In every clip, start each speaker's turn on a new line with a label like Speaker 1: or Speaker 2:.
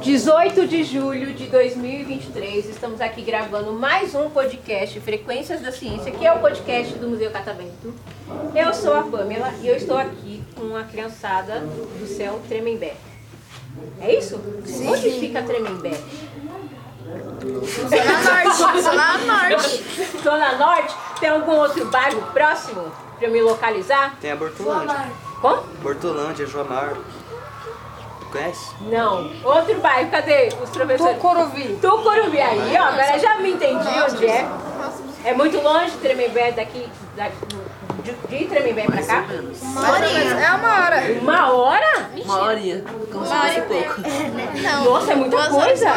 Speaker 1: 18 de julho de 2023, estamos aqui gravando mais um podcast Frequências da Ciência, que é o podcast do Museu Catavento. Eu sou a Pamela e eu estou aqui com a criançada do céu Tremembé. É isso? Onde fica Tremembé?
Speaker 2: Zona Norte.
Speaker 1: Zona Norte? Tem algum outro bairro próximo para eu me localizar?
Speaker 3: Tem a Bortolândia.
Speaker 1: Como?
Speaker 3: Bortolândia, Joamar. Conhece?
Speaker 1: Não. Outro bairro, cadê os professores?
Speaker 2: Tucuruvi.
Speaker 1: Tucuruvi aí, ó. Agora já me entendi onde é. É muito longe de Tremembé daqui, daqui de, de Tremembé pra cá?
Speaker 2: É uma hora.
Speaker 1: Uma hora?
Speaker 4: Uma horinha, como se fosse pouco.
Speaker 1: Nossa, é muita coisa.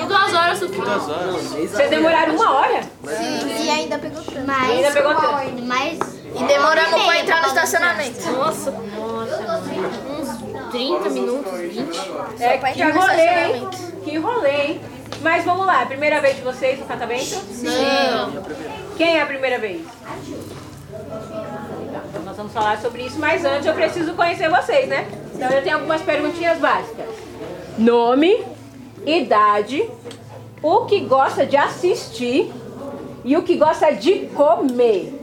Speaker 5: Em duas horas tu
Speaker 3: É Duas horas.
Speaker 1: Vocês demoraram uma hora?
Speaker 6: E ainda pegou
Speaker 1: E
Speaker 6: trânsito.
Speaker 1: ainda pegou trânsito.
Speaker 6: é? Mas
Speaker 2: E demoramos pra entrar no estacionamento.
Speaker 5: Nossa, uns 30 minutos, 20.
Speaker 1: É,
Speaker 2: pra
Speaker 1: que
Speaker 2: entrar no
Speaker 1: rolê, hein?
Speaker 2: estacionamento.
Speaker 1: Que rolê, hein? Mas vamos lá, é a primeira vez de vocês no catamento?
Speaker 5: Não.
Speaker 1: Quem é a primeira vez? Então, nós vamos falar sobre isso, mas antes eu preciso conhecer vocês, né? Então eu tenho algumas perguntinhas básicas. Nome, idade, o que gosta de assistir e o que gosta de comer.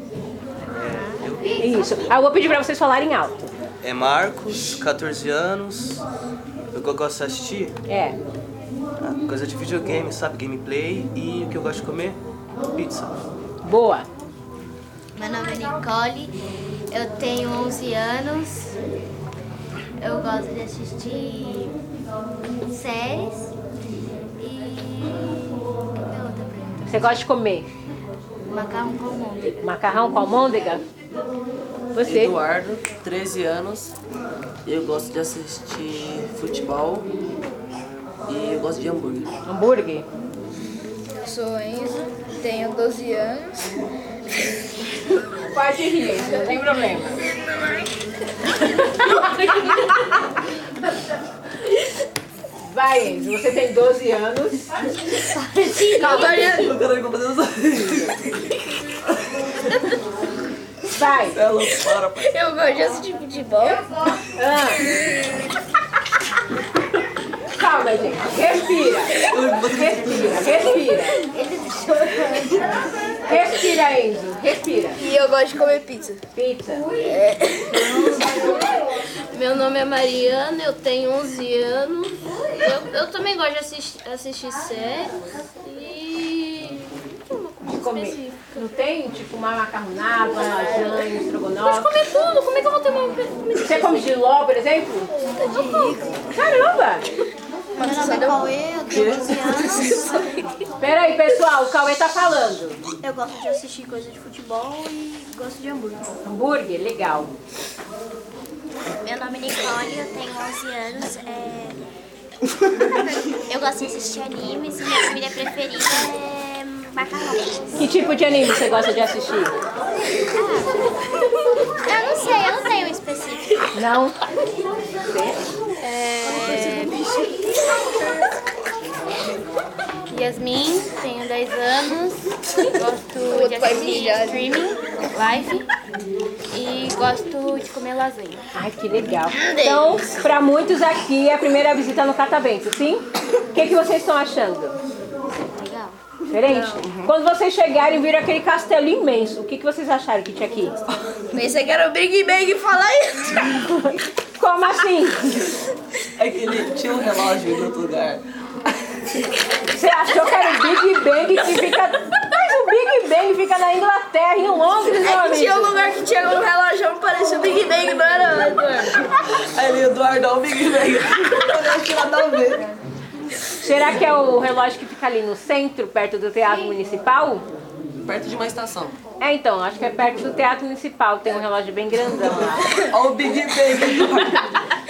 Speaker 1: Isso. Ah, eu vou pedir pra vocês falarem alto.
Speaker 3: É Marcos, 14 anos. O que eu gosto de assistir?
Speaker 1: É.
Speaker 3: Ah, Coisa de videogame, sabe? Gameplay. E o que eu gosto de comer? Pizza.
Speaker 1: Boa.
Speaker 6: meu nome é Nicole, eu tenho 11 anos, eu gosto de assistir séries e. Cadê a outra pergunta?
Speaker 1: Você gosta de comer
Speaker 6: Macarrão com môndega.
Speaker 1: macarrão com almôndega? Você?
Speaker 4: Eduardo, 13 anos. Eu gosto de assistir futebol. E eu gosto de hambúrguer.
Speaker 1: Hambúrguer?
Speaker 2: Eu sou Enzo, tenho 12 anos.
Speaker 1: Pode rir, não tem problema. Vai, Enzo, você tem 12 anos.
Speaker 2: 14 anos.
Speaker 4: Eu quero fazer isso.
Speaker 1: Vai.
Speaker 4: Ela para, pai.
Speaker 2: Eu gosto de assistir futebol.
Speaker 1: Ah. Calma, gente. Respira. Respira, respira. Respira, Enzo. Respira.
Speaker 2: E eu gosto de comer pizza.
Speaker 1: Pizza.
Speaker 5: Meu nome é Mariana, eu tenho 11 anos. Eu, eu também gosto de assistir, assistir séries e.
Speaker 1: De comer. Não tem, tipo, uma macarronada, uma lasanha, um estrogonofe?
Speaker 5: é. Comer tudo, como é que eu vou ter uma. Comer...
Speaker 1: Você come giló, por exemplo? Caramba!
Speaker 6: Meu nome é Cauê, eu tenho 12 anos,
Speaker 1: Peraí, pessoal, o Cauê tá falando.
Speaker 6: eu gosto de assistir coisa de futebol e gosto de hambúrguer.
Speaker 1: Hambúrguer, legal.
Speaker 6: Meu nome é Nicole, eu tenho 11 anos. é- eu gosto de assistir animes e minha comida preferida é macarrão.
Speaker 1: Que tipo de anime você gosta de assistir?
Speaker 6: Eu não sei, eu não tenho um específico.
Speaker 1: Não?
Speaker 5: É, Yasmin, tenho 10 anos. Gosto de
Speaker 2: vai
Speaker 5: assistir
Speaker 2: mijar.
Speaker 5: streaming, live. E gosto de comer lasanha.
Speaker 1: Ai, que legal. Então, pra muitos aqui é a primeira visita no Catavento, sim? O que, que vocês estão achando?
Speaker 6: Legal.
Speaker 1: Diferente? Quando vocês chegarem e viram aquele castelo imenso, o que, que vocês acharam que tinha aqui?
Speaker 2: Pensei que era o Big Bang falar isso.
Speaker 1: Como assim?
Speaker 4: É que ele tinha um relógio em outro lugar.
Speaker 1: Você achou que era o Big Bang que fica. Mas o Big Bang fica na Inglaterra, em Londres, meu
Speaker 2: É que tinha um
Speaker 1: amigo.
Speaker 2: lugar que tinha um relógio, parecia o Big Bang, não era? Eduardo?
Speaker 4: Aí ele, Eduardo, olha o Big Bang. Eu acho que ela dá um ver.
Speaker 1: Será que é o relógio que fica ali no centro, perto do Teatro Municipal?
Speaker 4: Perto de uma estação.
Speaker 1: É, então, acho que é perto do Teatro Municipal, tem um relógio bem grandão lá.
Speaker 4: Olha o Big Bang.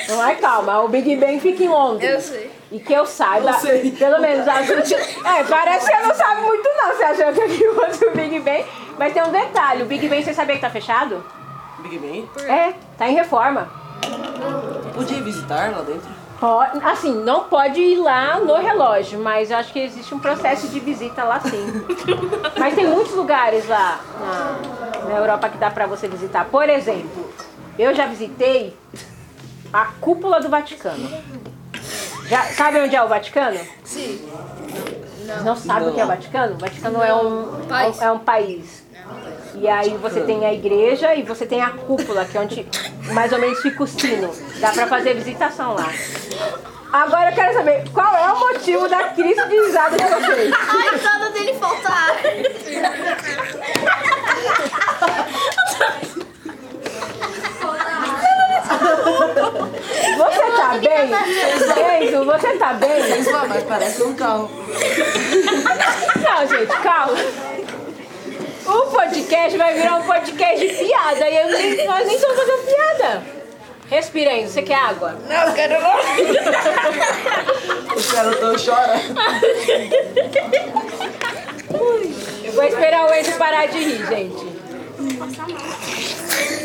Speaker 1: Não é calma, o Big Bang fica em Londres.
Speaker 2: Eu sei.
Speaker 1: E que eu saiba,
Speaker 4: Eu sei.
Speaker 1: pelo menos a gente. É, parece que você não sabe muito não, você achou que aqui fosse o Big Bang. Mas tem um detalhe, o Big Bang, você sabia que tá fechado?
Speaker 4: Big Bang?
Speaker 1: É, tá em reforma.
Speaker 4: Podia visitar lá dentro?
Speaker 1: Ro- Assim, não pode ir lá no relógio, mas eu acho que existe um processo de visita lá sim. mas tem muitos lugares lá na, na Europa que dá pra você visitar. Por exemplo, eu já visitei a cúpula do Vaticano. Já, sabe onde é o Vaticano? Sim. Não, sabe o que é o Vaticano? O Vaticano é um,
Speaker 2: País.
Speaker 1: é um país. E aí você tem a igreja e você tem a cúpula, que é onde mais ou menos fica o sino. Dá pra fazer visitação lá. Agora eu quero saber qual é o motivo da crise de risada de vocês.
Speaker 6: A risada dele falta ar.
Speaker 1: Você tá bem? Enzo, você tá bem?
Speaker 4: Ué, mas parece um carro.
Speaker 1: Não, gente, calma. O podcast vai virar um podcast de piada e eu nem- nós nem estamos fazendo piada. Respira aí, você quer água?
Speaker 4: O cara tão chora.
Speaker 1: Eu vou esperar o Enzo parar de rir, gente.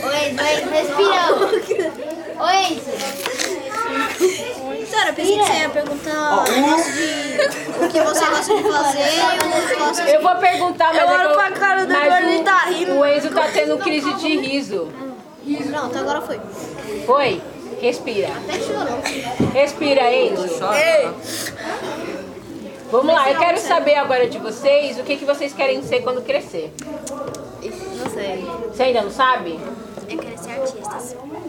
Speaker 6: Oi, vai, respirando. Oi.
Speaker 7: Cara, eu pensei que você ia perguntar o negócio de o que você gosta de fazer e o que eu gosto
Speaker 1: Eu vou perguntar, mas
Speaker 7: Eu
Speaker 1: é
Speaker 7: olho
Speaker 1: que
Speaker 7: pra cara do
Speaker 1: mas
Speaker 7: Eduardo,
Speaker 1: o-
Speaker 7: ele tá rindo.
Speaker 1: O Enzo tá tendo crise de riso.
Speaker 7: de... Pronto, agora foi.
Speaker 1: Foi? Respira. Respira, Enzo. Vamos lá, eu quero saber agora de vocês o que, que vocês querem ser quando crescer.
Speaker 2: Não sei.
Speaker 1: Você ainda não sabe?
Speaker 6: Eu quero ser artista.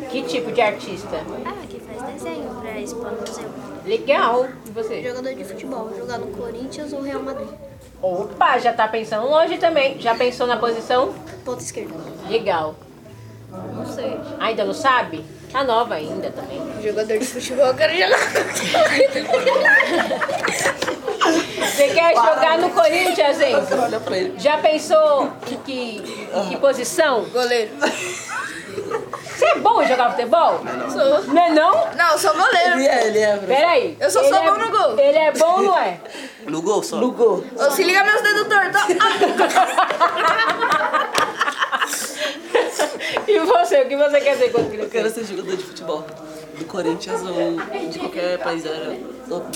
Speaker 1: Que tipo de artista?
Speaker 6: Ah, que faz desenho pra expor no museu.
Speaker 1: Legal. E você?
Speaker 7: Jogador de futebol, jogar no Corinthians ou Real Madrid.
Speaker 1: Opa, já tá pensando longe também. Já pensou na posição?
Speaker 7: Ponta esquerda.
Speaker 1: Legal.
Speaker 7: Não sei.
Speaker 1: Ainda não sabe? Tá nova ainda também.
Speaker 2: Jogador de futebol, eu quero jogar.
Speaker 1: Você quer jogar no Corinthians, Enzo?
Speaker 4: Olha pra ele.
Speaker 1: Já pensou em que, em que posição?
Speaker 2: goleiro.
Speaker 1: Você é bom em jogar futebol?
Speaker 2: Sou.
Speaker 1: Não é não?
Speaker 2: Não, sou goleiro.
Speaker 4: Ele é, ele é, bro.
Speaker 1: Peraí.
Speaker 2: Eu só
Speaker 1: Ele
Speaker 2: sou
Speaker 1: é-
Speaker 2: bom no gol.
Speaker 1: Ele é bom ou não é?
Speaker 3: No gol só.
Speaker 4: Lugou.
Speaker 2: Ô, se liga meus dedos tortos. Ah,
Speaker 1: E você, o que você quer ser quando
Speaker 4: Eu quero
Speaker 1: crescer?
Speaker 4: ser jogador de futebol. Do Corinthians ou de qualquer país da Europa.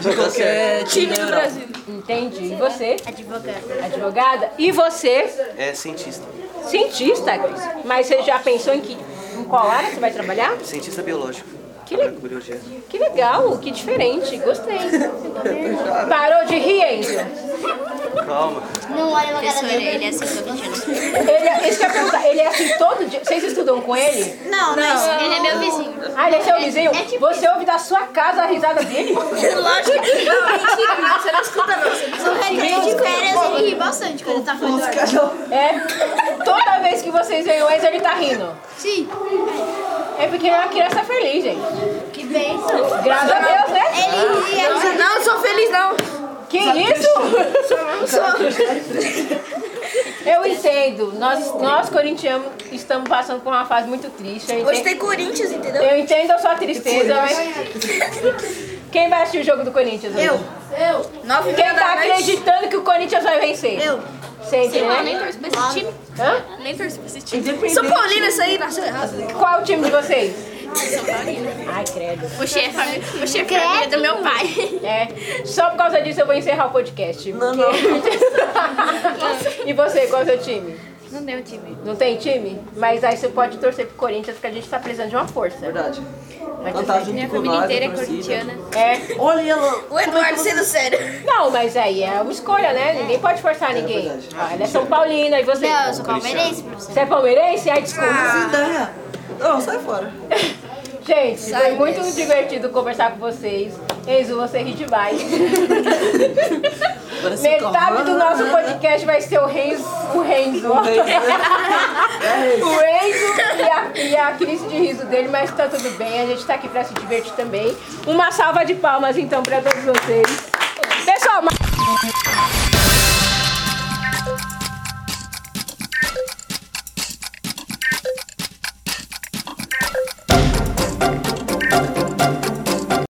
Speaker 4: De qualquer
Speaker 3: Tá
Speaker 4: time da Europa.
Speaker 1: Entendi. E você?
Speaker 6: Advogado.
Speaker 1: Advogada? E você?
Speaker 3: É cientista.
Speaker 1: Cientista, Cris. Mas você já pensou em que em qual área você vai trabalhar?
Speaker 3: Cientista biológico.
Speaker 1: Que le-
Speaker 3: Biologia.
Speaker 1: Que legal, que diferente, gostei. Parou de rir, Enzo?
Speaker 3: Calma.
Speaker 6: Não olha uma cara dele.
Speaker 7: é assim todo dia.
Speaker 1: Ele, é- isso que eu ia perguntar, ele é assim todo dia? Vocês estudam com ele?
Speaker 7: Não, não.
Speaker 6: Ele é meu vizinho.
Speaker 1: Ah, ele é seu vizinho? Você ouve da sua casa a risada dele?
Speaker 7: tipo Lógico que não. Mentira, não, você não escuta não. Você não escuta. de férias, ele ri bastante quando ele tá fora do ar.
Speaker 1: É. Toda vez que vocês veem o Enzo, ele tá rindo.
Speaker 7: Sim.
Speaker 1: É porque ele é uma criança feliz, gente.
Speaker 7: Que bênção.
Speaker 1: Graças a Deus, né?
Speaker 7: Ele ri, ele já
Speaker 2: Não, sou feliz não.
Speaker 1: Que isso? Eu entendo. Nós, nós corintianos, estamos passando por uma fase muito triste. Eu entendo,
Speaker 7: Hoje tem Corinthians, entendeu?
Speaker 1: eu entendo a sua tristeza, mas... Quem vai assistir o jogo do Corinthians? hoje?
Speaker 7: Eu. Nove e
Speaker 1: Quem
Speaker 7: meia
Speaker 1: tá
Speaker 7: da noite.
Speaker 1: acreditando que o Corinthians vai vencer?
Speaker 7: Eu.
Speaker 1: Você entendeu?
Speaker 5: nem torço pra esse time.
Speaker 1: Hã?
Speaker 5: Nem torço pra esse time.
Speaker 7: Sou paulina, isso aí nasceu errado.
Speaker 1: Qual é o time de vocês? Ai, credo.
Speaker 5: Puxei a família, puxei a família do meu pai.
Speaker 1: É. Só por causa disso eu vou encerrar o podcast.
Speaker 4: Não, não.
Speaker 1: e você, qual é o seu time?
Speaker 5: Não deu time.
Speaker 1: Não tem time? Mas aí você pode torcer pro Corinthians, porque a gente tá precisando de uma força.
Speaker 4: Verdade.
Speaker 1: Mas
Speaker 4: Ela
Speaker 1: tudo
Speaker 4: tá
Speaker 1: bem.
Speaker 4: junto
Speaker 5: Minha
Speaker 4: com
Speaker 5: família
Speaker 4: nós,
Speaker 5: inteira é
Speaker 4: a torcida.
Speaker 5: corintiana.
Speaker 1: É.
Speaker 4: Olha ela.
Speaker 7: O Eduardo sendo sério.
Speaker 1: Não, mas aí é uma escolha, né? Ninguém pode forçar ninguém.
Speaker 4: verdade.
Speaker 1: Ah, ela é São Paulina e você.
Speaker 6: Não, eu sou palmeirense, professor.
Speaker 1: Você é palmeirense? Ai, desculpa.
Speaker 4: Que Ah. ideia. Não, sai fora.
Speaker 1: Gente, foi
Speaker 7: Sai
Speaker 1: muito
Speaker 7: dessa.
Speaker 1: divertido conversar com vocês. Enzo, você ri demais.
Speaker 4: Parece
Speaker 1: Metade do
Speaker 4: um
Speaker 1: nosso
Speaker 4: cavalo, né?
Speaker 1: podcast vai ser o Renzo. O Renzo. o
Speaker 4: Renzo. É
Speaker 1: Renzo e a, e a crise de riso dele, mas tá tudo bem. A gente tá aqui pra se divertir também. Uma salva de palmas, então, pra todos vocês.